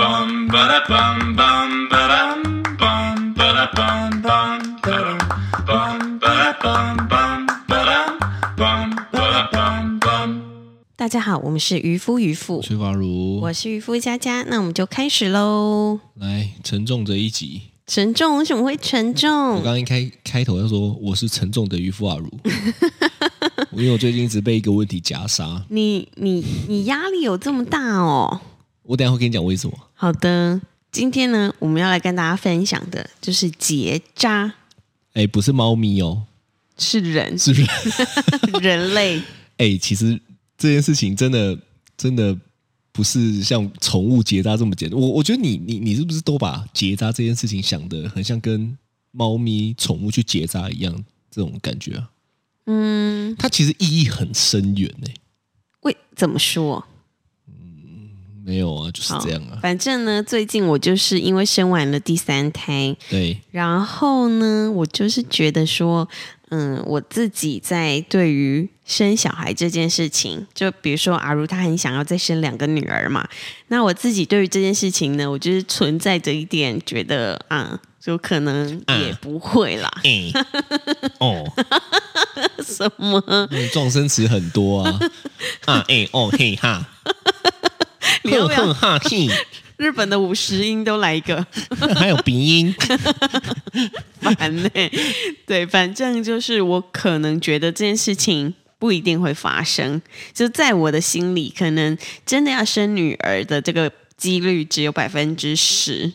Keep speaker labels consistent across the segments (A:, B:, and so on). A: bum ba da bum bum ba dum bum ba da bum bum ba dum bum ba da bum bum ba dum bum ba da bum bum.
B: 大家好，我们是渔夫渔妇，
C: 崔华如
B: 我是渔夫佳佳，那我们就开始喽。
C: 来沉重这一集。
B: 沉重为什么会沉
C: 我
B: 重
C: 刚？刚一开开头要说我是沉重的渔夫阿如，因为我最近一直被一个问题夹杀。
B: 你你你压力有这么大哦？
C: 我等一下会跟你讲为什么。
B: 好的，今天呢，我们要来跟大家分享的就是结扎
C: 哎，不是猫咪哦，
B: 是人，
C: 是人。
B: 人 类
C: 哎，其实这件事情真的真的不是像宠物结扎这么简单。我我觉得你你你是不是都把结扎这件事情想的很像跟猫咪宠物去结扎一样这种感觉啊？嗯，它其实意义很深远欸呢、
B: 为怎么说？
C: 没有啊，就是
B: 好
C: 这样啊。
B: 反正呢，最近我就是因为生完了第三胎，
C: 对，
B: 然后呢，我就是觉得说，嗯，我自己在对于生小孩这件事情，就比如说阿如她很想要再生两个女儿嘛，那我自己对于这件事情呢，我就是存在着一点觉得啊、就可能也不会啦，
C: 哎、哦，
B: 什么？
C: 那撞声词很多啊， 啊，哎、哦，嘿哈，
B: 你要
C: 哼
B: 不要
C: 哼哈 嘿，
B: 日本的五十音都来一个，
C: 还有鼻音，
B: 烦呢、对，反正就是我可能觉得这件事情不一定会发生，就在我的心里，可能真的要生女儿的这个几率只有百分之十，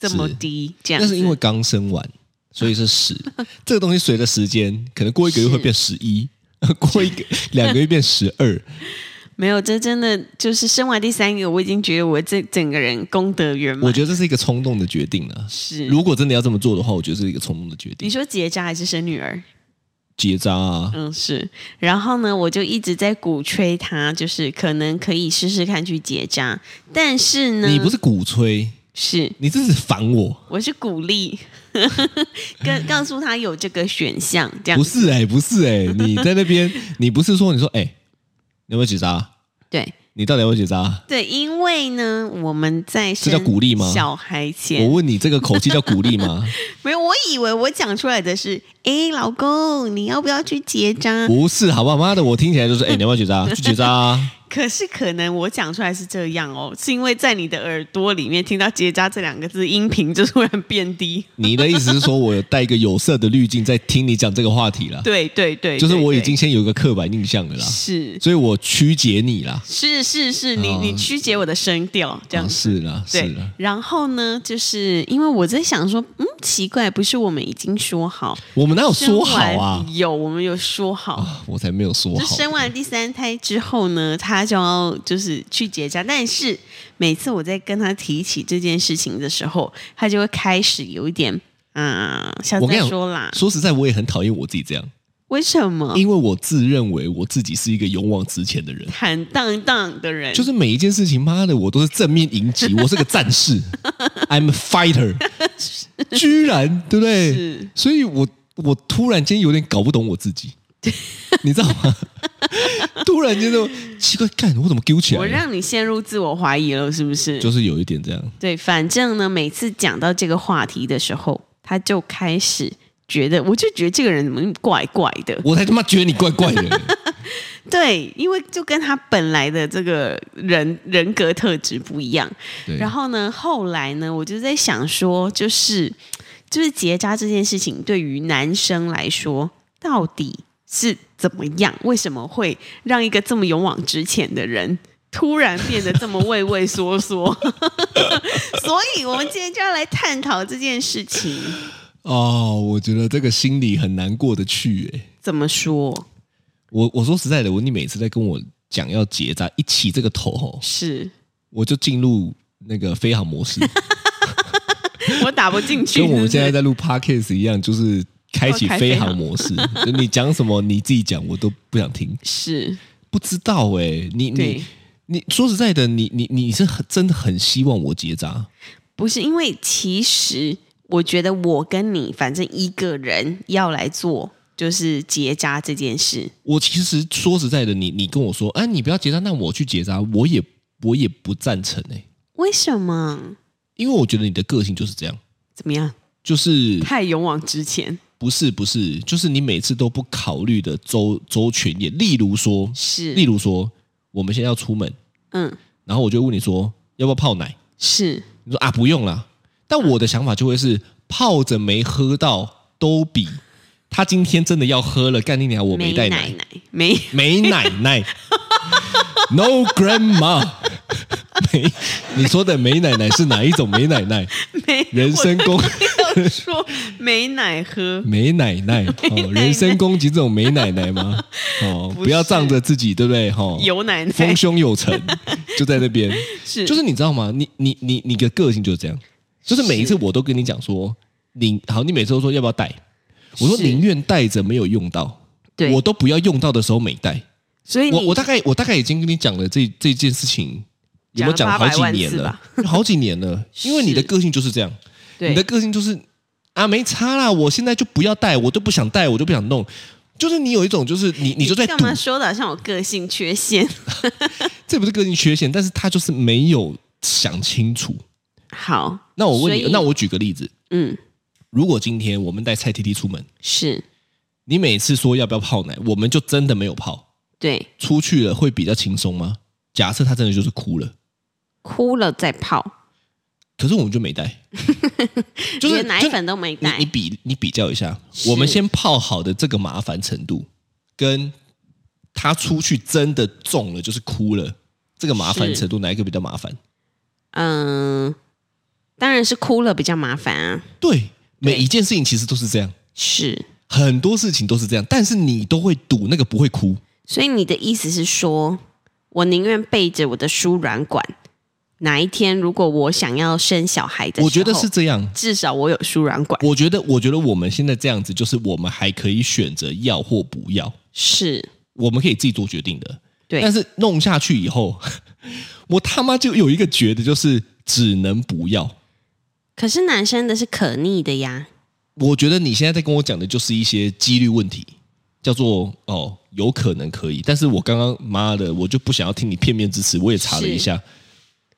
B: 这么
C: 是
B: 低，这样
C: 那
B: 子。
C: 是因为刚生完，所以是 十。这个东西随着时间，可能过一个月会变十一， 过一个两个月变十二。
B: 没有，这真的就是生完第三个，我已经觉得我这整个人功德圆满。
C: 我觉得这是一个冲动的决定了。
B: 是
C: 如果真的要这么做的话，我觉得是一个冲动的决
B: 你
C: 定。
B: 说结扎还是生女儿？
C: 结扎啊，
B: 嗯，是。然后呢，我就一直在鼓吹他，就是可能可以试试看去结扎，但是呢，
C: 你不是鼓吹，
B: 是
C: 你这是烦我。
B: 我是鼓励， 跟告诉他有这个选项，这样
C: 不是哎、不是哎、你在那边，你不是说你说哎、你有没有结扎？啊
B: 对
C: 你到底有没有结扎？
B: 对，因为呢，我们在
C: 这叫
B: 生
C: 鼓励吗
B: 小孩
C: 我
B: 前，
C: 问你，这个口气叫鼓励 吗？
B: 没有，我以为我讲出来的是，哎，老公，你要不要去结扎？
C: 不是，好不好？妈的，我听起 来就是，哎、你要不要结扎？去结扎、啊！
B: 可是可能我讲出来是这样哦，是因为在你的耳朵里面听到“结扎”这两个字，音频就突然变低。
C: 你的意思是说我有带一个有色的滤镜在听你讲这个话题啦？
B: 对对对，
C: 就是
B: 对
C: 我已
B: 对
C: 经先有一个刻板印象了啦，
B: 是
C: 所以我曲解你啦。
B: 是是是，你
C: 哦
B: 你曲解我的声调这样
C: 啊，
B: 子。
C: 是啦，是
B: 对
C: 啦，，
B: 然后呢，就是因为我在想说，嗯，奇怪，不是我们已经说好，
C: 我们哪有
B: 生
C: 说好
B: 完
C: 啊？
B: 有，我们有说好。
C: 啊，我才没有说
B: 就
C: 好。
B: 生完第三胎之后呢，他就要就是去结扎，但是每次我在跟他提起这件事情的时候，他就会开始有一点，嗯，想
C: 我跟
B: 再
C: 你
B: 说啦
C: 讲，，说实在，我也很讨厌我自己这样，
B: 为什么
C: 因为我自认为我自己是一个勇往直前的人，
B: 坦荡荡的人
C: 就是每一件事情，妈的，我都是正面迎击，我是个战士，I'm a fighter，居然对不对
B: 是？
C: 所以我我突然间有点搞不懂我自己，你知道吗？ 突然间就奇怪，干我怎么丢起
B: 我
C: 来了？
B: 让你陷入自我怀疑了，是不是？
C: 就是有一点这样，
B: 对，反正呢，每次讲到这个话题的时候，他就开始觉得，我就觉得这个人怎么怪怪的。
C: 我才他妈觉得你怪怪的。
B: 对，因为就跟他本来的这个人人格特质不一样。
C: 对，
B: 然后呢，后来呢，我就在想说，就是就是结扎这件事情，对于男生来说，到底是怎么样？为什么会让一个这么勇往直前的人？突然变得这么畏畏缩缩，所以我们今天就要来探讨这件事情。
C: 哦，我觉得这个心里很难过得去、欸。
B: 怎么说？
C: 我我说实在的，我你每次在跟我讲要结扎，一起这个头吼，
B: 是
C: 我就进入那个飞航模式。
B: 我打不进去
C: 跟我
B: 是哦
C: 们
B: 不是
C: 现在在录 podcast 一样，就是开启飞行模式。 就你讲什么，你自己讲，我都不想听。
B: 是
C: 不知道哎、你
B: 对
C: 你你说实在的，你你你是很真的很希望我结扎，
B: 不是因为其实我觉得我跟你反正一个人要来做就是结扎这件事，
C: 我其实啊说实在的，你你跟我说，哎、你不要结扎，那我去结扎，我也我也不赞成哎、
B: 为什么？
C: 因为我觉得你的个性就是这样，
B: 怎么样？
C: 就是
B: 太勇往直前
C: 不是不是，就是你每次都不考虑的周周全也。例如说，
B: 是，
C: 例如说，我们现在要出门，
B: 嗯，
C: 然后我就问你说要不要泡奶，
B: 是
C: 你说啊不用啦。但我的想法就会是泡着没喝到都比他今天真的要喝了，干你娘我没带
B: 奶
C: 奶，
B: 奶没
C: 没奶奶，no grandma。没，你说的没奶奶是哪一种没奶奶？
B: 没
C: 人身 攻
B: 我要说没奶喝，
C: 没奶奶，哦，人身攻击这种没奶奶吗？哦，
B: 不
C: 不要
B: 是
C: 仗着自己，对不对？哈、哦，
B: 有奶奶
C: 丰胸有成， 就在那边。
B: 是
C: 就是你知道吗？你你你你的个性就是这样，就是每一次我都跟你讲说，你好，你每次都说要不要带，我说
B: 是
C: 宁愿带着没有用到，
B: 对
C: 我都不要用到的时候没带。
B: 所以
C: 我
B: 你
C: 我大概我大概已经跟你讲了这这件事情，有没有
B: 讲
C: 讲
B: 了
C: 好
B: 800
C: 几
B: 万
C: 年
B: 次
C: 了
B: 吧？
C: 好几年 了，因为你的
B: 是
C: 个性就是这样。
B: 对
C: 你的个性就是啊，没差啦，我现在就不要带，我都不想带，我都不想弄。就是你有一种，就是你你就在赌
B: 干，嘛说的好像我个性缺陷？
C: 这不是个性缺陷，但是他就是没有想清楚。
B: 好，
C: 那我问你
B: 所，以
C: 那我举个例子，
B: 嗯，
C: 如果今天我们带蔡 T T 出门，
B: 是
C: 你每次说要不要泡奶，我们就真的没有泡，
B: 对，
C: 出去了会比较轻松吗？假设他真的就是哭了，
B: 哭了再泡，
C: 可是我们就 没带，就是
B: 连奶
C: 就
B: 粉都没
C: 你
B: 带
C: 你，比你比较一下，
B: 是
C: 我们先泡好的这个麻烦程度，跟他出去真的中了就是哭了，这个麻烦
B: 是
C: 程度哪一个比较麻烦？
B: 嗯，当然是哭了比较麻烦啊，
C: 对，每
B: 对
C: 一件事情其实都是这样，
B: 是。
C: 很多事情都是这样，但是你都会赌那个不会哭，
B: 所以你的意思是说，我宁愿背着我的输卵管，哪一天如果我想要生小孩的时候，
C: 我觉得是这样。
B: 至少我有输卵管，
C: 我觉得，我觉得我们现在这样子，就是我们还可以选择要或不要，
B: 是
C: 我们可以自己做决定的。
B: 对
C: 但是弄下去以后， 我他妈就有一个觉得，就是只能不要。
B: 可是男生的是可逆的呀，
C: 我觉得你现在在跟我讲的就是一些几率问题，叫做哦，有可能可以，但是我刚刚妈的，我就不想要听你片面之词，我也查了一下，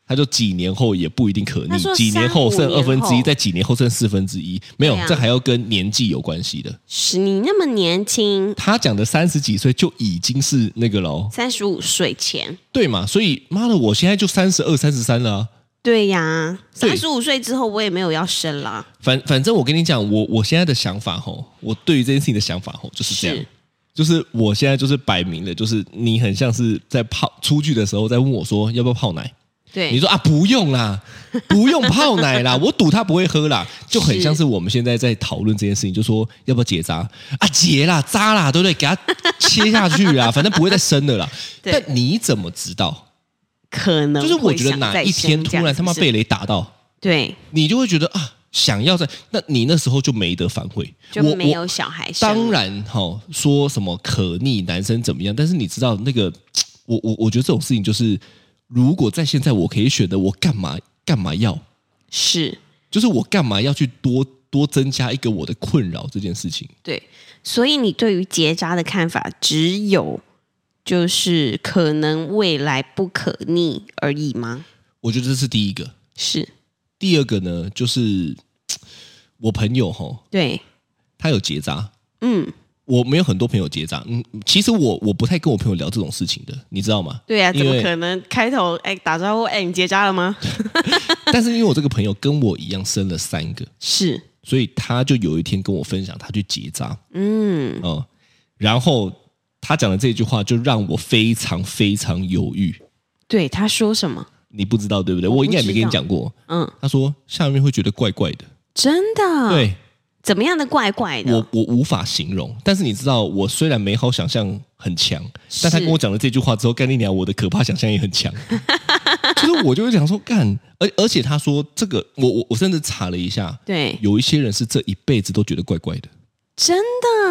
C: 他就几年后也不一定可
B: 他
C: 逆
B: 说，
C: 几年后
B: 三五
C: 剩
B: 年
C: 二分之
B: 后
C: 一，在几年后剩四分之一，没有
B: 对，啊
C: 这还要跟年纪有关系的。
B: 是你那么年轻，
C: 他讲的三十几岁就已经是那个了哦，
B: 三十五岁前，
C: 对嘛？所以妈的，我现在就三十二、三十三了啊、
B: 对呀，
C: 对
B: 三十五岁之后我也没有要生啦，
C: 反反正我跟你讲，我我现在的想法吼，我对于这件事情的想法吼就是这样，
B: 是
C: 就是我现在就是摆明了，就是你很像是在泡出去的时候在问我说要不要泡奶，
B: 对，
C: 你说啊不 用啦，不用泡奶啦，我赌他不会喝啦，就很像是我们现在在讨论这件事情，就说要不要结扎啊结啦扎啦，对不对？给他切下去 啦，反正不会再生了啦。
B: 对
C: 但你怎么知道？
B: 可能
C: 就是我
B: 会
C: 觉得
B: 想
C: 哪
B: 再
C: 一天
B: 生
C: 突然他妈
B: 这样
C: 被
B: 子
C: 雷打到。
B: 对，
C: 你就会觉得啊，想要在，那你那时候就没得反悔。
B: 就
C: 我
B: 没有
C: 我
B: 小孩生，
C: 当然哈、齁说什么可逆男生怎么样，但是你知道那个，我我我觉得这种事情就是，如果在现在我可以选的，我干嘛干嘛要，
B: 是
C: 就是我干嘛要去多多增加一个我的困扰这件事情。
B: 对，所以你对于结扎的看法只有就是可能未来不可逆而已吗？
C: 我觉得这是第一个，
B: 是
C: 第二个呢，就是我朋友哈、齁
B: 对，
C: 他有结扎，
B: 嗯，
C: 我没有很多朋友结扎，嗯，其实我我不太跟我朋友聊这种事情的，你知道吗？
B: 对啊，怎
C: 因
B: 么
C: 为
B: 可能开头哎打招呼哎你结扎了 吗？
C: 但是因为我这个朋友跟我一样生了三个，
B: 是，
C: 所以他就有一天跟我分享他去结扎，
B: 嗯，
C: 嗯，然后他讲的这句话就让我非常非常犹豫。
B: 对，他说什么？
C: 你不知道对不对？
B: 我不
C: 我应该也没
B: 知道
C: 跟你讲过。
B: 嗯，
C: 他说下面会觉得怪怪的，
B: 真的，，
C: 对
B: 怎么样的怪怪
C: 我
B: 的？
C: 我无法形容。但是你知道，我虽然美好想象很强，但他
B: 是
C: 跟我讲了这句话之后，干你娘，我的可怕想象也很 强。就是我就会想说干，而而且他说这个，我我我甚至查了一下，
B: 对，
C: 有一些人是这一辈子都觉得怪怪的。
B: 真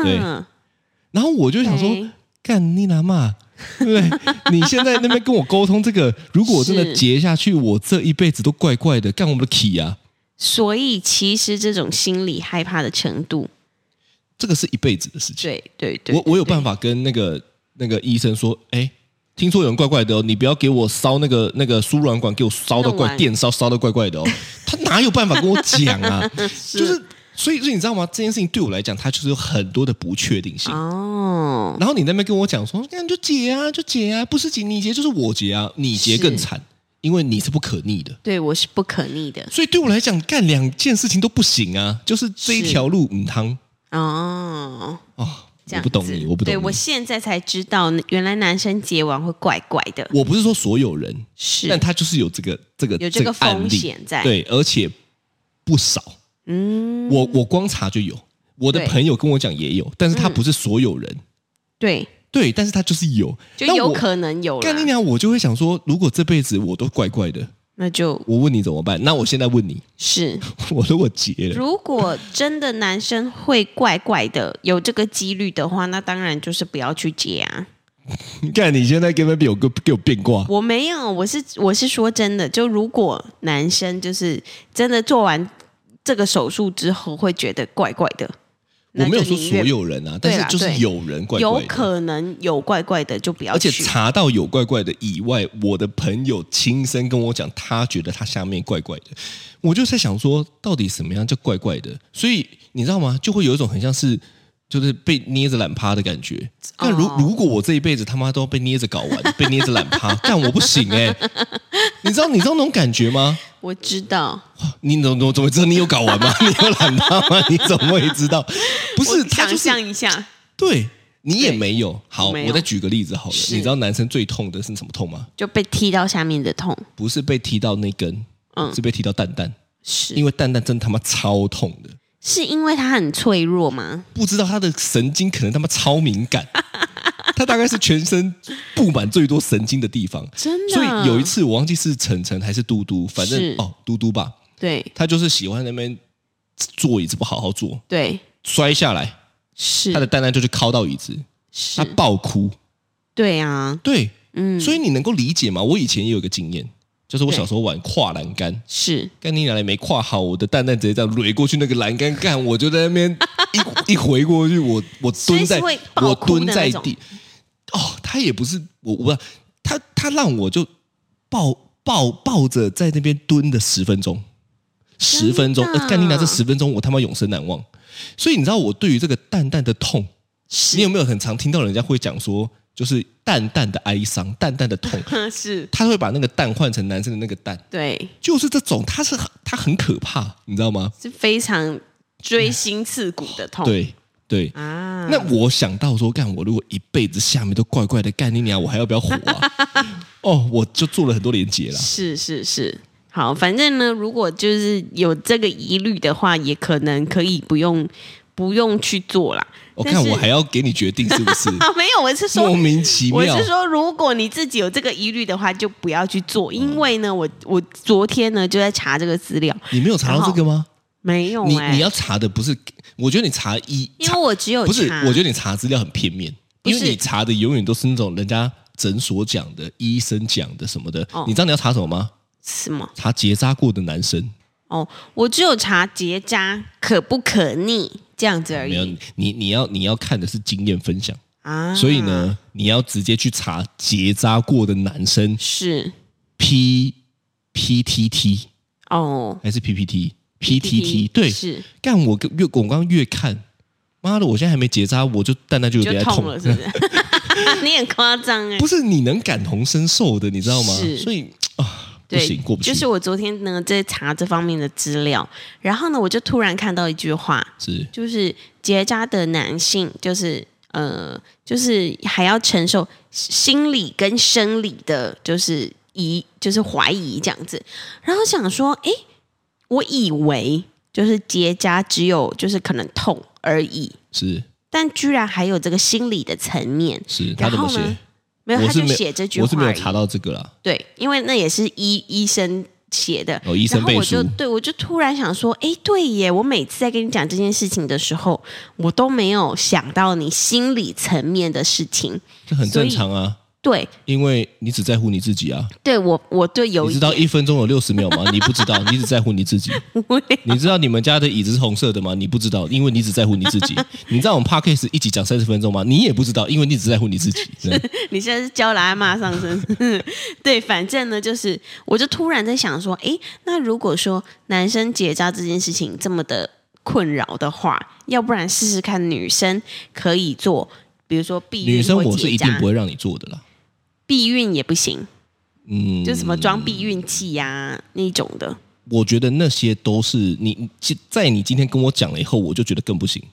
B: 的，
C: 然后我就想说
B: OK，
C: 干你拿嘛，对不对？你现在那边跟我沟通这个，如果我真的
B: 是
C: 结下去，我这一辈子都怪怪的，干我们的 key 啊，
B: 所以其实这种心理害怕的程度，
C: 这个是一辈子的事情。
B: 对对对，
C: 我我有办
B: 法，
C: 法跟那个那个医生说，哎，听说有人怪怪的哦，你不要给我烧那个那个输卵管，给我烧的
B: 弄
C: 怪
B: 完
C: 电烧烧的怪怪的哦。他哪有办法跟我讲啊？就是所以所以你知道吗？这件事情对我来讲，它就是有很多的不确定性。
B: 哦，
C: 然后你在那边跟我讲说，那你就结啊，就结啊，不是结你结就是我结啊，你结
B: 是
C: 更惨，因为你是不可逆的。
B: 对我是不可逆的
C: 所以对我来讲，干两件事情都不行啊，就是这一
B: 是
C: 条路嗯汤
B: 哦。
C: 哦，
B: 这
C: 我
B: 样
C: 不懂
B: 子
C: 你，我不懂
B: 对
C: 你，
B: 我现在才知道，原来男生结完会怪怪的，
C: 我不是说所有人，
B: 是
C: 但他就是有这个这个
B: 有这个
C: 案
B: 风
C: 例
B: 险在
C: 对，而且不少。
B: 嗯，
C: 我我光查就有，我的
B: 对嗯
C: 朋友跟我讲也有，但是他不是所有人，
B: 对，
C: 对，但是他就是有，
B: 就
C: 那
B: 有
C: 我
B: 可能有
C: 干你
B: 了，
C: 娘，我就会想说，如果这辈子我都怪怪的，
B: 那 就
C: 我问你怎么办？那我现在问你，
B: 是
C: 我如果结了，
B: 如果真的男生会怪怪的，有这个几率的话，那当然就是不要去接啊。
C: 你看你现在根本比我给给我变卦，
B: 我没有，我是我是说真的，就如果男生就是真的做完这个手术之后会觉得怪怪的，
C: 我
B: 那
C: 没
B: 就
C: 有说
B: 宁
C: 所
B: 愿
C: 有人啊，
B: 对
C: 但是
B: 啦
C: 就是
B: 对
C: 有人怪怪的，
B: 有可能有怪怪的就不要
C: 而且
B: 去。
C: 查到有怪怪的以外，我的朋友亲身跟我讲，他觉得他下面怪怪的，我就在想说，到底什么样叫怪怪的？所以你知道吗？就会有一种很像是就是被捏着懒趴的感觉。但如、
B: 哦
C: 如果我这一辈子他妈都要被捏着搞完，被捏着懒趴，但我不行哎、 你知道你知道那种感觉吗？
B: 我知道，
C: 你怎么怎么怎么知道你有搞完吗？你 有懒趴吗？ 你怎么会知道？不是，
B: 我
C: 他
B: 想
C: 就是
B: 象一下，
C: 对你也
B: 对
C: 没有。好，
B: 没有
C: 我再举个例子好了。
B: 是
C: 你知道男生最痛的是什么痛吗？
B: 就被踢到下面的痛
C: 不是被踢到那根，
B: 嗯
C: 是被踢到蛋蛋，
B: 是
C: 因为蛋蛋真他妈超痛的，
B: 是因为他很脆弱吗？
C: 不知道他的神经可能他妈超 敏感，他大概是全身布满最多神经的地方。
B: 真的，
C: 所以有一次我忘记是晨晨还是嘟嘟，反正
B: 是
C: 哦嘟嘟吧，
B: 对
C: 他就是喜欢那边坐椅子不好好坐，
B: 对
C: 摔下来，
B: 是
C: 他的蛋蛋就去敲到椅子，
B: 是
C: 他爆哭。
B: 对啊，
C: 对，
B: 嗯，
C: 所以你能够理解吗？我以前也有一个经验，就是我小时候玩跨栏杆，
B: 是
C: 干你奶奶没跨好，我的蛋蛋直接这样掠过去那个栏杆，干我就在那边一一回过去，我我
B: 所以
C: 蹲在
B: 是会爆
C: 我
B: 哭
C: 蹲
B: 的
C: 在
B: 那种
C: 地，哦，他也不是我我他他让我就抱抱抱着在那边蹲的十分钟，十分钟，
B: 真的
C: 呃干你奶这十分钟我他妈永生难忘。所以你知道我对于这个蛋蛋的痛，你
B: 是
C: 有没有很常听到人家会讲说，就是蛋蛋的哀伤，蛋蛋的 痛，
B: 是，
C: 他会把那个蛋换成男生的那个蛋。
B: 对，
C: 就是这种，它是很它很可怕，你知道吗？
B: 是非常锥心刺骨的痛。
C: 对对。
B: 啊，
C: 那我想到说，干我如果一辈子下面都怪怪的，干你娘，我还要不要活啊？ 哦，我就做了很多连结啦。
B: 是是是。好，反正呢，如果就是有这个疑虑的话，也可能可以不用不用去做啦。
C: 我、
B: 但
C: 哦看
B: 是
C: 我还要给你决定是不是？
B: 啊，没有，我是 说
C: 莫名其
B: 我
C: 妙
B: 是。说，如果你自己有这个疑虑的话，就不要去做，因为呢，我我昨天呢就在查这个资料，
C: 你没有查到这个吗？
B: 没有
C: 你
B: 哎、
C: 你要查的不是，我觉得你查一，
B: 因为我只有
C: 不是，
B: 查
C: 我觉得你查资料很片面，因为
B: 不是
C: 你查的永远都是那种人家诊所讲的、医生讲的什么的。
B: 哦
C: 你知道你要查什么吗？
B: 什么
C: 查结扎过的男生。
B: 哦，我只有查结扎可不可逆这样子而
C: 没有
B: 已，
C: 你你要你要看的是经验分享，
B: 啊。
C: 所以呢，你要直接去查结扎过的男生
B: 是
C: P P T T
B: 哦
C: 还是 P P T P T T 对，
B: 是
C: 干我跟越我刚刚越看，妈的，我现在还没结扎，我就蛋蛋就有
B: 就
C: 点在
B: 痛
C: 痛
B: 了，是不是？ 你很夸张哎
C: 不，是你能感同身受的，你知道吗？
B: 是
C: 所以啊，不
B: 对，
C: 行，过不去，
B: 就是我昨天呢在查这方面的资料，然后呢我就突然看到一句话，
C: 是
B: 就是结扎的男性，就是呃，就是还要承受心理跟生理的，就是疑，就是怀疑这样子。然后想说，诶，我以为就是结扎只有就是可能痛而已，
C: 是
B: 但居然还有这个心理的层面。
C: 是，他
B: 然
C: 怎么
B: 后
C: 写
B: 呢？，没有
C: 我
B: 他
C: 是
B: 就
C: 没有
B: 写这句
C: 我是
B: 话
C: 没有
B: 而已。
C: 查到这个啦，
B: 对，因为那也是医医生写的。
C: 哦医生
B: 然后
C: 背
B: 我
C: 书
B: 就对我就突然想说，哎，对耶！我每次在跟你讲这件事情的时候，我都没有想到你心理层面的事情。
C: 这很
B: 所以
C: 正常啊。
B: 对
C: 因为你只在乎你自己啊。
B: 对，我我对有
C: 你知道一分钟有六十秒吗？你不知道，你只在乎你自己。你知道你们家的椅子是红色的吗？你不知道，因为你只在乎你自 己。你知道我们 podcast 一集讲三十分钟吗？你也不知道，因为你只在乎你自己。对
B: 你现在是教了阿妈上身， 对，反正呢，就是我就突然在想说，诶，那如果说男生结扎这件事情这么的困扰的话，要不然试试看女生可以做，比如说避孕
C: 女生
B: 或
C: 我
B: 结
C: 是一定
B: 扎
C: 不会让你做的啦。
B: 避孕也不行，
C: 嗯，
B: 就什么装避孕器呀、那一种的，
C: 我觉得那些都是你你其在你今天跟我讲了以后，我就觉得更不行，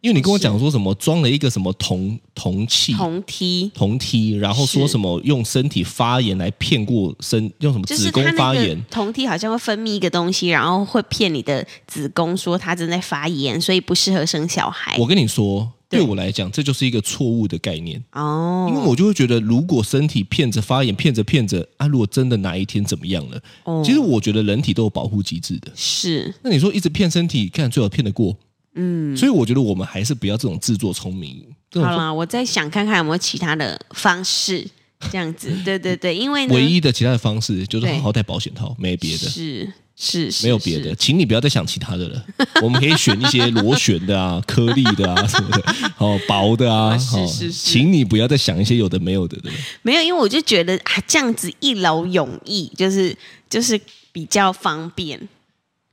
C: 因为你跟我讲说什么装了一个什么铜铜器。
B: 铜梯。
C: 铜梯，然后说
B: 是
C: 什么用身体发炎来骗过身，用什么
B: 就
C: 子
B: 是
C: 宫
B: 它那
C: 发炎
B: 个，酮体好像会分泌一个东西，然后会骗你的子宫说它正在发炎，所以不适合生小孩。
C: 我跟你说，对
B: 对
C: 我来讲，这就是一个错误的概念，
B: 哦，
C: 因为我就会觉得，如果身体骗着发炎，骗着骗着啊，如果真的哪一天怎么样了，
B: 哦
C: 其实我觉得人体都有保护机制的。
B: 是
C: 那你说一直骗身体，看最好骗得过，嗯，所以我觉得我们还是不要这种自作聪明，这
B: 好
C: 种
B: 啦，我再想看看有没有其他的方式，这样子。对对对，因为呢
C: 唯一的其他的方式就是
B: 对
C: 好好戴保险套，没别的。
B: 是是是
C: 没有别的，请你不要再想其他的了。 我们可以选一些螺旋的啊、颗粒的啊什么的，哦，薄的啊，
B: 啊是
C: 哦
B: 是是
C: 请你不要再想一些有的没有的的了。
B: 没有，因为我就觉得啊，这样子一劳永逸，就是就是比较方便，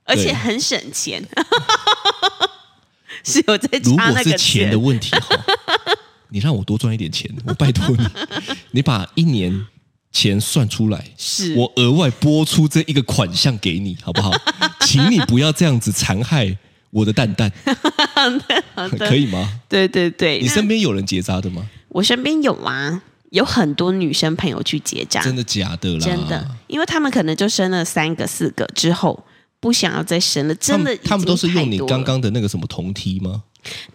B: 而且很省钱。 是有在
C: 如
B: 差
C: 果
B: 那
C: 是
B: 个
C: 钱的问题哈， 你让我多赚一点钱，我拜托你，你把一年钱算出来，
B: 是
C: 我额外拨出这一个款项给你，好 不好？请你不要这样子残害我的 蛋蛋，可以吗？
B: 对对对，
C: 你
B: 那
C: 身边有人结扎的吗？
B: 我身边有啊，有很多女生朋友去结扎，
C: 真的假的啦？
B: 啊真的，因为他们可能就生了三个、四个之后，不想要再生了，
C: 他
B: 真的
C: 们他们都是
B: 已经太
C: 用你
B: 多
C: 刚
B: 了
C: 刚的那个什么铜梯吗？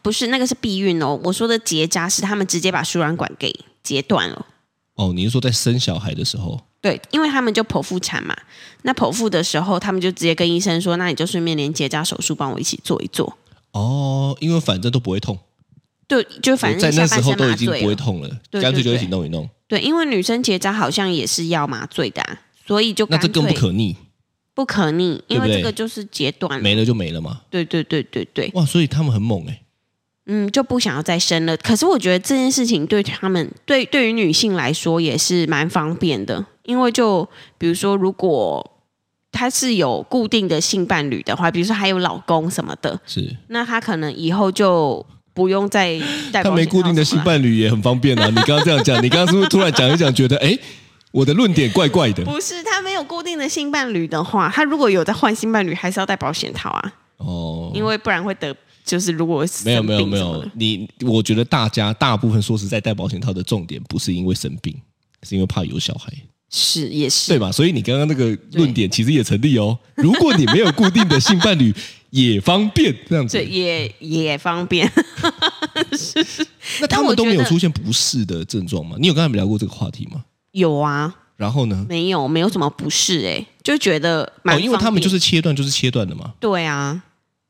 B: 不是那个是避孕哦，我说的结扎是他们直接把输卵管给截断了。
C: 哦，你是说在生小孩的时候？
B: 对，因为他们就剖腹产嘛，那剖腹的时候，他们就直接跟医生说，那你就顺便连结扎手术帮我一起做一做。
C: 哦，因为反正都不会痛，
B: 就就反
C: 我
B: 正
C: 在那
B: 下
C: 时
B: 半
C: 候
B: 身
C: 都
B: 麻
C: 已经
B: 醉
C: 不会
B: 了
C: 痛了，
B: 对
C: 干脆就
B: 对
C: 一起弄一弄。
B: 对，因为女生结扎好像也是要麻醉的、啊，所以就
C: 那这
B: 干脆
C: 更不可逆，
B: 不可逆，因为
C: 对不对
B: 这个就是截断了。
C: 没了就没了嘛。
B: 对对对对对，
C: 哇，所以他们很猛哎、
B: 嗯，就不想要再生了。可是我觉得这件事情对他们，对对于女性来说也是蛮方便的，因为就比如说，如果她是有固定的性伴侣的话，比如说还有老公什么的，
C: 是
B: 那她可能以后就不用 再带
C: 他没固定的性伴侣也很方 便啊。你刚刚这样讲，你刚刚是不是突然讲一讲，觉得哎，诶我的论点怪怪的？
B: 不是，她没有固定的性伴侣的话，她如果有在换性伴侣，还是要戴保险套啊，
C: 哦，
B: 因为不然会得就是如果
C: 没有
B: 生
C: 没有
B: 病
C: 没
B: 什么
C: 有
B: 的，
C: 你我觉得大家大部分说实在戴保险套的重点不是因为生病，是因为怕有小孩。
B: 是也是
C: 对吧？所以你刚刚那个论点其实也成立哦。如果你没有固定的性伴侣，也方便这样子
B: 对，。也也方便。
C: 那他
B: 但我
C: 们都没有
B: 觉得
C: 出现不适的症状吗？你有跟他们聊过这个话题吗？
B: 有啊，
C: 然后呢？
B: 没有，没有什么不适哎、就觉得蛮、
C: 哦，因为他们就是切断，就是切断的嘛。
B: 对啊，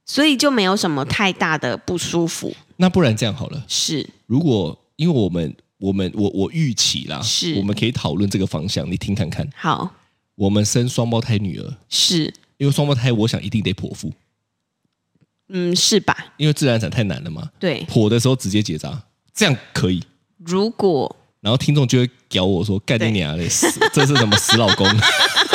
B: 所以就没有什么太大的不舒服。
C: 那不然这样好了，
B: 是
C: 如果因为我们我们我我预期啦，
B: 是
C: 我们可以讨论这个方向，你听看看。
B: 好
C: 我们生双胞胎女儿，
B: 是
C: 因为双胞胎我想一定得剖腹，
B: 嗯是吧？
C: 因为自然产太难了嘛。
B: 对，
C: 剖的时候直接结扎，这样可以。
B: 如果
C: 然后听众就会屌我说：“干你
B: 对
C: 娘嘞，死这是什么死老公？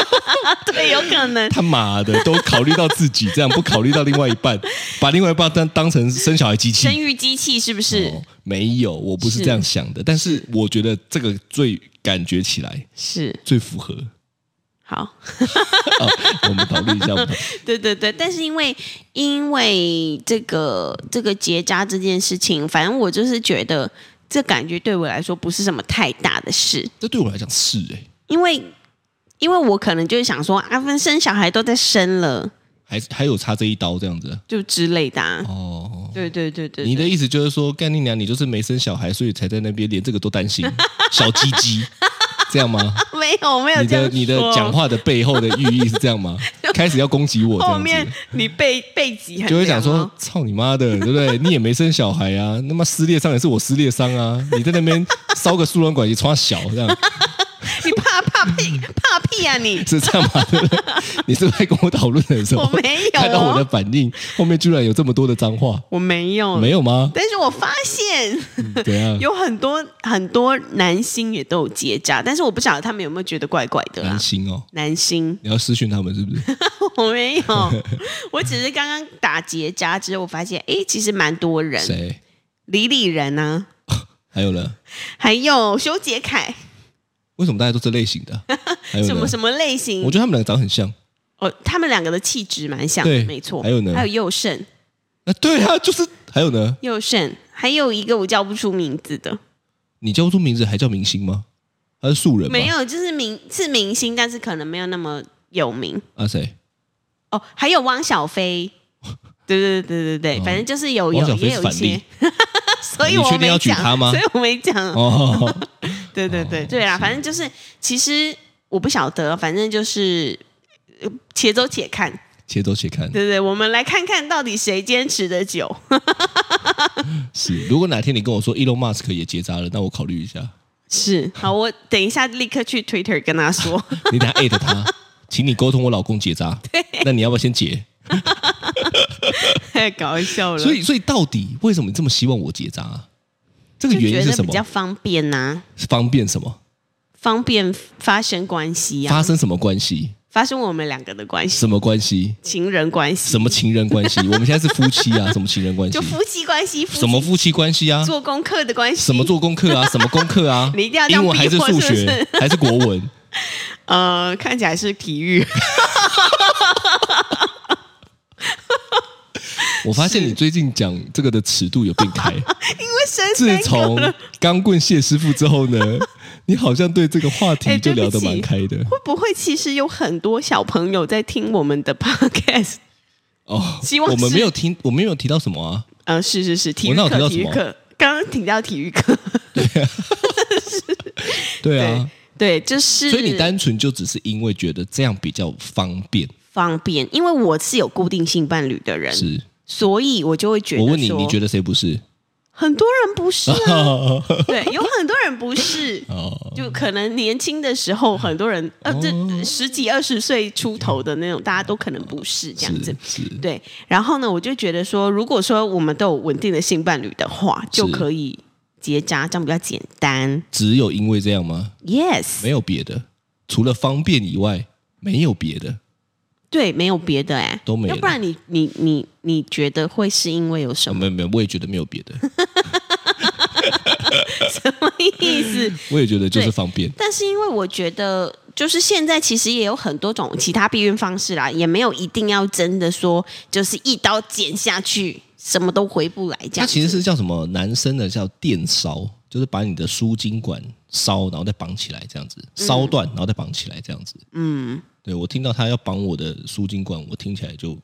B: 对有可能
C: 他妈的，都考虑到自己，这样不考虑到另外一半，把另外一半当当成生小孩机器
B: 生？育机器是不是？
C: 哦，没有，我不是
B: 是
C: 这样想的。但是我觉得这个最感觉起来
B: 是
C: 最符合。
B: 好，
C: 啊， 我们讨论一下，我们讨
B: 对对对，但是因为因为这个这个结扎这件事情，反正我就是觉得这感觉对我来说不是什么太大的事，
C: 这对我来讲是哎、
B: 因为因为我可能就是想说，阿芬生小孩都在生了。
C: 还还有插这一刀这样子
B: 就之类的、啊。
C: 哦。
B: 对对对对，
C: 你
B: 对
C: 的意思就是说，干你娘，你就是没生小孩，所以才在那边连这个都 担心，小鸡鸡，这样吗？
B: 没有没有
C: 你
B: 这样
C: 的你的
B: 说
C: 讲，话的背后的寓意是这样吗？
B: 就
C: 开始要攻击我这
B: 后
C: 样
B: 面
C: 子，
B: 你背背脊很
C: 就会
B: 凉
C: 想说
B: 哦，
C: 操你妈的，对不对？你也没生小孩啊，那么撕裂伤也是我撕裂伤啊，你在那边烧个输卵管也穿小这样，
B: 你怕怕屁怕屁啊 你！
C: 是这样吗？对不对你是不是在跟我讨论的时候，
B: 我没有哦
C: 看到我的反应，后面居然有这么多的脏话，
B: 我没有，啊
C: 没
B: 有，
C: 有吗？
B: 但是我发现。
C: 怎样？
B: 哦有很多很多男星也都有结扎，但是我不晓得他们有没有觉得怪怪的啦啊
C: 难。心哦，
B: 男星
C: 你要私讯他们是不是？
B: 我没有， 我只是刚刚打结扎之后，我发现哎，诶其实蛮多 人，
C: 谁？
B: 李李仁啊，
C: 还有呢？
B: 还有修杰楷，
C: 为什么大家都这类型 的啊？还有呢
B: 什么什么类型
C: 我？觉得他们两个长得很像。
B: 哦，他们两个的气质蛮像的，
C: 对
B: 没错。
C: 还有呢
B: 还有佑胜，
C: 啊，对啊，就是还有呢，
B: 佑胜，还有一个我叫不出名字的，
C: 你叫不出名字还叫明星吗？他是素人吗？
B: 没有，就是明是明星，但是可能没有那么有名。
C: 啊，谁？
B: 哦，还有汪小菲，对对对对对
C: 哦
B: 对，反正就是有
C: 汪
B: 有
C: 小菲
B: 也
C: 是
B: 有一
C: 反
B: 些
C: 例，
B: 所以
C: 你
B: 我
C: 确定要
B: 没
C: 举他
B: 讲
C: 吗
B: 所以我没讲。
C: 哦，
B: 对对对对啦，反正就是其实我不晓得，反正就是。呃且走且看，
C: 且走且看。
B: 对对，我们来看看到底谁坚持的久。
C: 是，如果哪天你跟我说 Elon Musk 也结扎了，那我考虑一下。
B: 是，好，我等一下立刻去 Twitter 跟他 说。
C: 你等下艾 特他，请你沟通我老公结扎。那你要不要先结？
B: 太搞笑了。
C: 所以，所以到底为什么你这么希望我结扎、啊？这个
B: 就
C: 原
B: 觉
C: 因是
B: 得
C: 什
B: 比
C: 么
B: 较？方便呐、
C: 方便什么？
B: 方便发生关系啊，
C: 发生什么关系？
B: 发生我们两个的关系，
C: 什么关系？
B: 情人关系，
C: 什么情 人关系？我们现在是夫妻啊，什么情人关系
B: 就？夫妻关系，夫妻
C: 什么夫妻关系 啊？
B: 做功课的关系，
C: 什么做
B: ？
C: 功课啊？什么功课啊
B: 你一定要这样
C: 英文还
B: 逼我
C: 数
B: 是不
C: 学
B: 是
C: 还是国 文？
B: 呃，看起来是体 育，
C: 我发现你最近讲这个的尺度有变开。
B: 因为生
C: 自
B: 三个
C: 从
B: 了，
C: 钢棍谢师傅之 后呢，你好像对这个话
B: 哎
C: 题
B: 对
C: 就
B: 不
C: 聊得
B: 起
C: 蛮开的
B: 会不会其实有很多小朋友在听我们的 podcast？
C: 哦。
B: 希望
C: 我们
B: 是
C: 没有听，我们没有提到什么啊？
B: 呃，是是是，体育
C: 我那
B: 课，
C: 有
B: 体
C: 提
B: 育
C: 到什么
B: 课，刚刚提到体育课，
C: 对啊，
B: 对，就是
C: 所以你单纯就只是因为觉得这样比较方便，
B: 方便，因为我是有固定性伴侣的人，
C: 是？
B: 所以我就会觉得
C: 我
B: 说，
C: 问你，你觉得谁不是？
B: 很多人不是 啊，
C: 哦
B: 对，有很多人不 是。就可能年轻的时候，很多人呃，这
C: 哦
B: 十几二十岁出头的那种，大家都可能不是 这样子
C: 是。是，
B: 对，然后呢，我就觉得说，如果说我们都有稳定的性伴侣的话，就可以结扎，这样比较简单。
C: 只有因为这样吗？
B: Yes，
C: 没有别的，除了方便以外，没有别的。
B: 对，没有别的哎、
C: 都没
B: 要不然你你你你觉得会是因为有什
C: 啊，
B: 么
C: 没有没有，我也觉得没有别的，
B: 意思？
C: 我也觉得就是方便。
B: 但是因为我觉得，就是现在其实也有很多种其他避孕方式啦，也没有一定要真的说就是一刀剪下去，什么都回不来这
C: 它
B: 样。
C: 其实是叫什么？男生的叫电烧，就是把你的输精管烧，然后再绑起来，这样子
B: 嗯
C: 烧断，然后再绑起来，这样子。嗯，对我听到他要绑我的输精管，我听起来就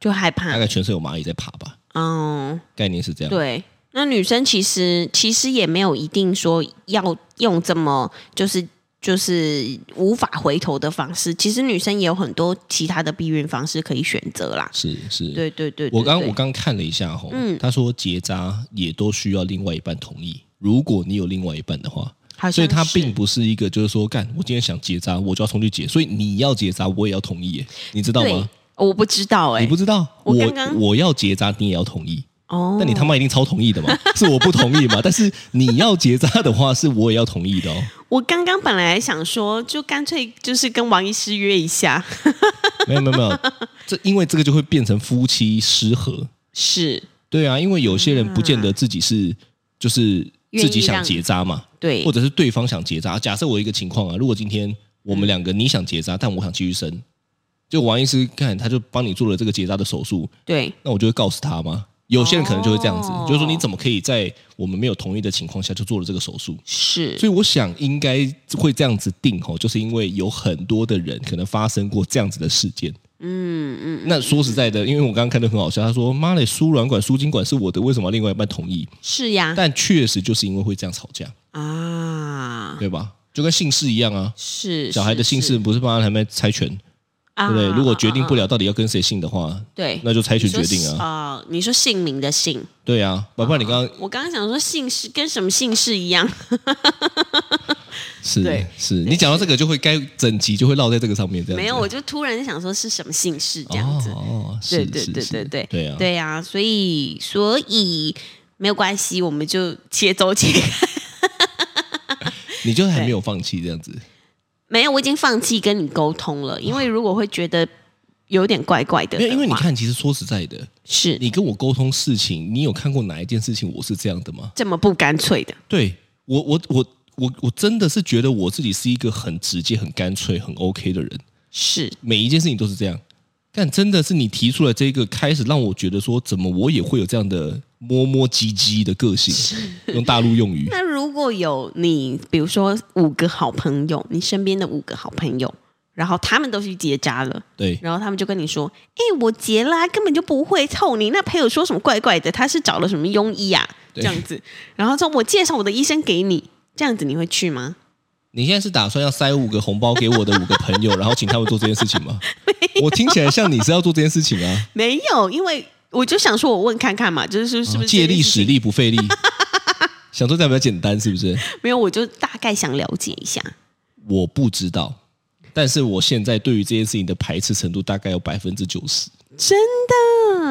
B: 就害
C: 大
B: 怕。
C: 概全身有蚂蚁在爬吧，
B: 嗯，
C: 概念是这样。，
B: 对。那女生其实其实也没有一定说要用这么就是就是无法回头的方式，其实女生也有很多其他的避孕方式可以选择啦。
C: 是是。
B: 对对对对
C: 我刚
B: 对
C: 我刚看了一下吼，
B: 嗯
C: 他说结扎也都需要另外一半同意，如果你有另外一半的话，
B: 好像
C: 所以它
B: 是
C: 并不是一个就是说干，我今天想结扎，我就要冲去结，所以你要结扎，我也要同意耶，你知道
B: 对
C: 吗？，
B: 我不知道哎、
C: 你不知道，
B: 我
C: 我
B: 刚刚
C: 我要结扎，你也要同意。
B: 哦，
C: 那你他妈一定超同意 的嘛？是我不同意嘛？但是你要结扎的话，是我也要同 意的哦。
B: 我刚刚本来想说，就干脆就是跟王医师约一下，
C: 没有没有没有，这因为这个就会变成夫妻失和。
B: 是
C: 对啊，因为有些人不见得自己是就是自己想结扎嘛，
B: 对
C: 或，者是对方想结扎。假设我一个情况啊，如果今天我
B: 嗯
C: 们两个你想结扎，但我想继续生，就王医师看他就帮你做了这个结扎的手术，
B: 对，
C: 那我就会告诉他吗？有些人可能就会这样子，
B: 哦
C: 就是说你怎么可以在我们没有同意的情况下就做了这个手术？
B: 是
C: 所以我想应该会这样子定吼，就是因为有很多的人可能发生过这样子的事件。嗯嗯，那说实在的，因为我刚刚看的很好笑，他说：“妈嘞，输卵管、输精管是我的，为什么要另外一半同意
B: 是？”呀，
C: 但确实就是因为会这样吵架，
B: 啊，
C: 对吧？就跟姓氏一样啊，
B: 是
C: 小孩的姓氏
B: 是
C: 不是帮他们猜拳，
B: 啊
C: 对不对？如果决定不
B: 了，
C: 了到底要跟谁姓的话，
B: 对，
C: 那就猜拳
B: 你说
C: 决定啊。
B: 啊、你说姓名的姓，
C: 对啊，不然你刚刚
B: 我刚刚想说姓氏跟什么姓氏一样，
C: 是
B: 对
C: 是，你讲到这个就会该整集就会落在这个上面，这样子
B: 没有，我就突然想说是什么姓氏这样子。
C: 啊哦，哦是
B: 对对
C: 是
B: 对
C: 是
B: 对对
C: 对啊，
B: 对啊，所以所以没有关系，我们就且走且看。
C: 你就还没有放弃这样子。
B: 没有，我已经放弃跟你沟通了，因为如果会觉得有点怪怪的
C: 没有，因为
B: 的
C: 你
B: 话
C: 看，其实说实在的，
B: 是
C: 你跟我沟通事情，你有看过哪一件事情我是这样的吗？
B: 这么不干脆的，
C: 对我，我，我，我，我真的是觉得我自己是一个很直接、很干脆、很 OK 的人，
B: 是
C: 每一件事情都是这样。但真的是你提出来这个，开始让我觉得说，怎么我也会有这样的摸摸唧唧的个性，用大陆 用语。
B: 那如果有你，比如说五个好朋友，你身边的五个好朋友，然后他们都去结扎了，
C: 对，
B: 然后他们就跟你说：“哎，我结啦、根本就不会凑你。”那朋友说什么怪怪的，他是找了什么庸医啊？这
C: 对
B: 样子，然后说我介绍我的医生给你，这样子你会去吗？
C: 你现在是打算要塞五个红包给我的五个朋友，然后请他们做这件事情吗？我听起来像你是要做这件事情啊，
B: 没有，因为我就想说，我问看看嘛，就是 是不是、
C: 啊借力使？力不 费力，想说这样比较简单，是不是？
B: 没有，我就大概想了解一下。
C: 我不知道，但是我现在对于这件事情的排斥程度大概有百分之九十。
B: 真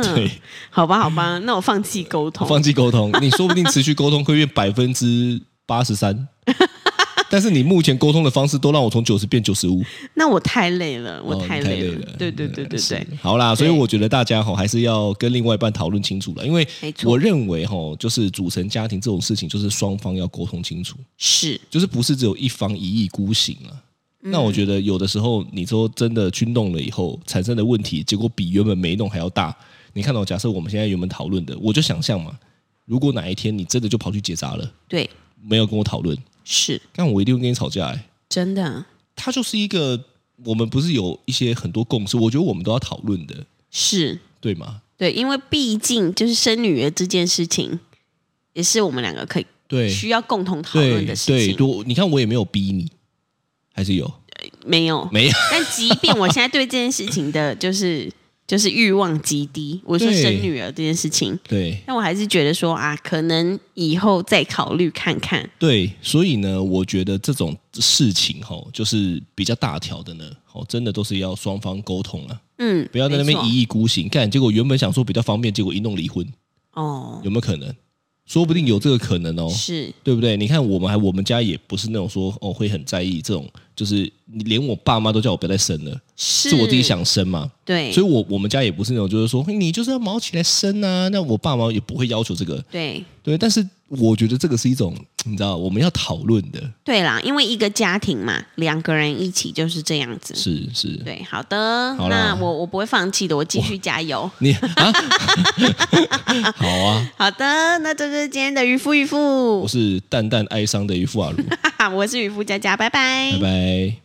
B: 的？
C: 对，
B: 好吧，好吧，那我放弃沟通。
C: 放弃沟通，你说不定持续沟通会变百分之八 十三，但是你目前沟通的方式都让我从九十变九十五，
B: 那我太累了，我
C: 哦你
B: 太
C: 太
B: 累
C: 累
B: 了。
C: 了嗯
B: 对对对对对
C: 是，好啦，所
B: 对
C: 以我觉得大家吼还是要跟另外一半讨论清楚了，因为
B: 没错
C: 我认为吼就是组成家庭这种事情，就是双方要沟通清楚，
B: 是
C: 就是不是只有一方一意孤行啊。
B: 嗯
C: 那我觉得有的时候，你说真的去弄了以后产生的问题，结果比原本没弄还要大。你看到、假设我们现在原本讨论的，我就想象嘛，如果哪一天你真的就跑去结扎了，
B: 对，
C: 没有跟我讨论，
B: 是
C: 但我一定会跟你吵架、欸。
B: 真的，
C: 它就是一个我们不是有一些很多共识，我觉得我们都要讨论的，
B: 是
C: 对吗？
B: 对，因为毕竟就是生女儿这件事情，也是我们两个可以
C: 对
B: 需要共同讨论
C: 对
B: 的事
C: 对，
B: 情。
C: 多你看我也没有逼你，还是有
B: 没有，
C: 没有？
B: 但即便我现在对这件事情的，就是就是欲望极低，我说
C: 对
B: 生女儿这件事情，
C: 对，
B: 但我还是觉得说啊，可能以后再考虑看看。
C: 对，所以呢，我觉得这种事情哈、就是比较大条的呢，哦，真的都是要双方沟通啊，
B: 嗯，
C: 不要在那边
B: 没错
C: 一意孤行干。结果原本想说比较方便，结果一弄离婚，
B: 哦，
C: 有没有可能？说不定有这个可能哦，
B: 是
C: 对不对？你看我们还我们家也不是那种说哦会很在意这种，就是你连我爸妈都叫我不要再生了，
B: 是，
C: 是我自己，想生嘛，
B: 对，
C: 所以我我们家也不是那种就是说哦嘿你就是要毛起来生啊，那我爸妈也不会要求这个，
B: 对
C: 对。但是我觉得这个是一种你知道我们要讨论的，
B: 对啦，因为一个家庭嘛，两个人一起就是这样子。
C: 是是，
B: 对，好的，
C: 好啦
B: 那我我不会放弃的，我继续加油。
C: 你 啊，好啊，
B: 好的，那这就是今天的渔夫渔
C: 我
B: 夫，
C: 是淡淡哀伤的渔夫阿如，
B: 我是渔夫佳佳，拜拜
C: 拜拜。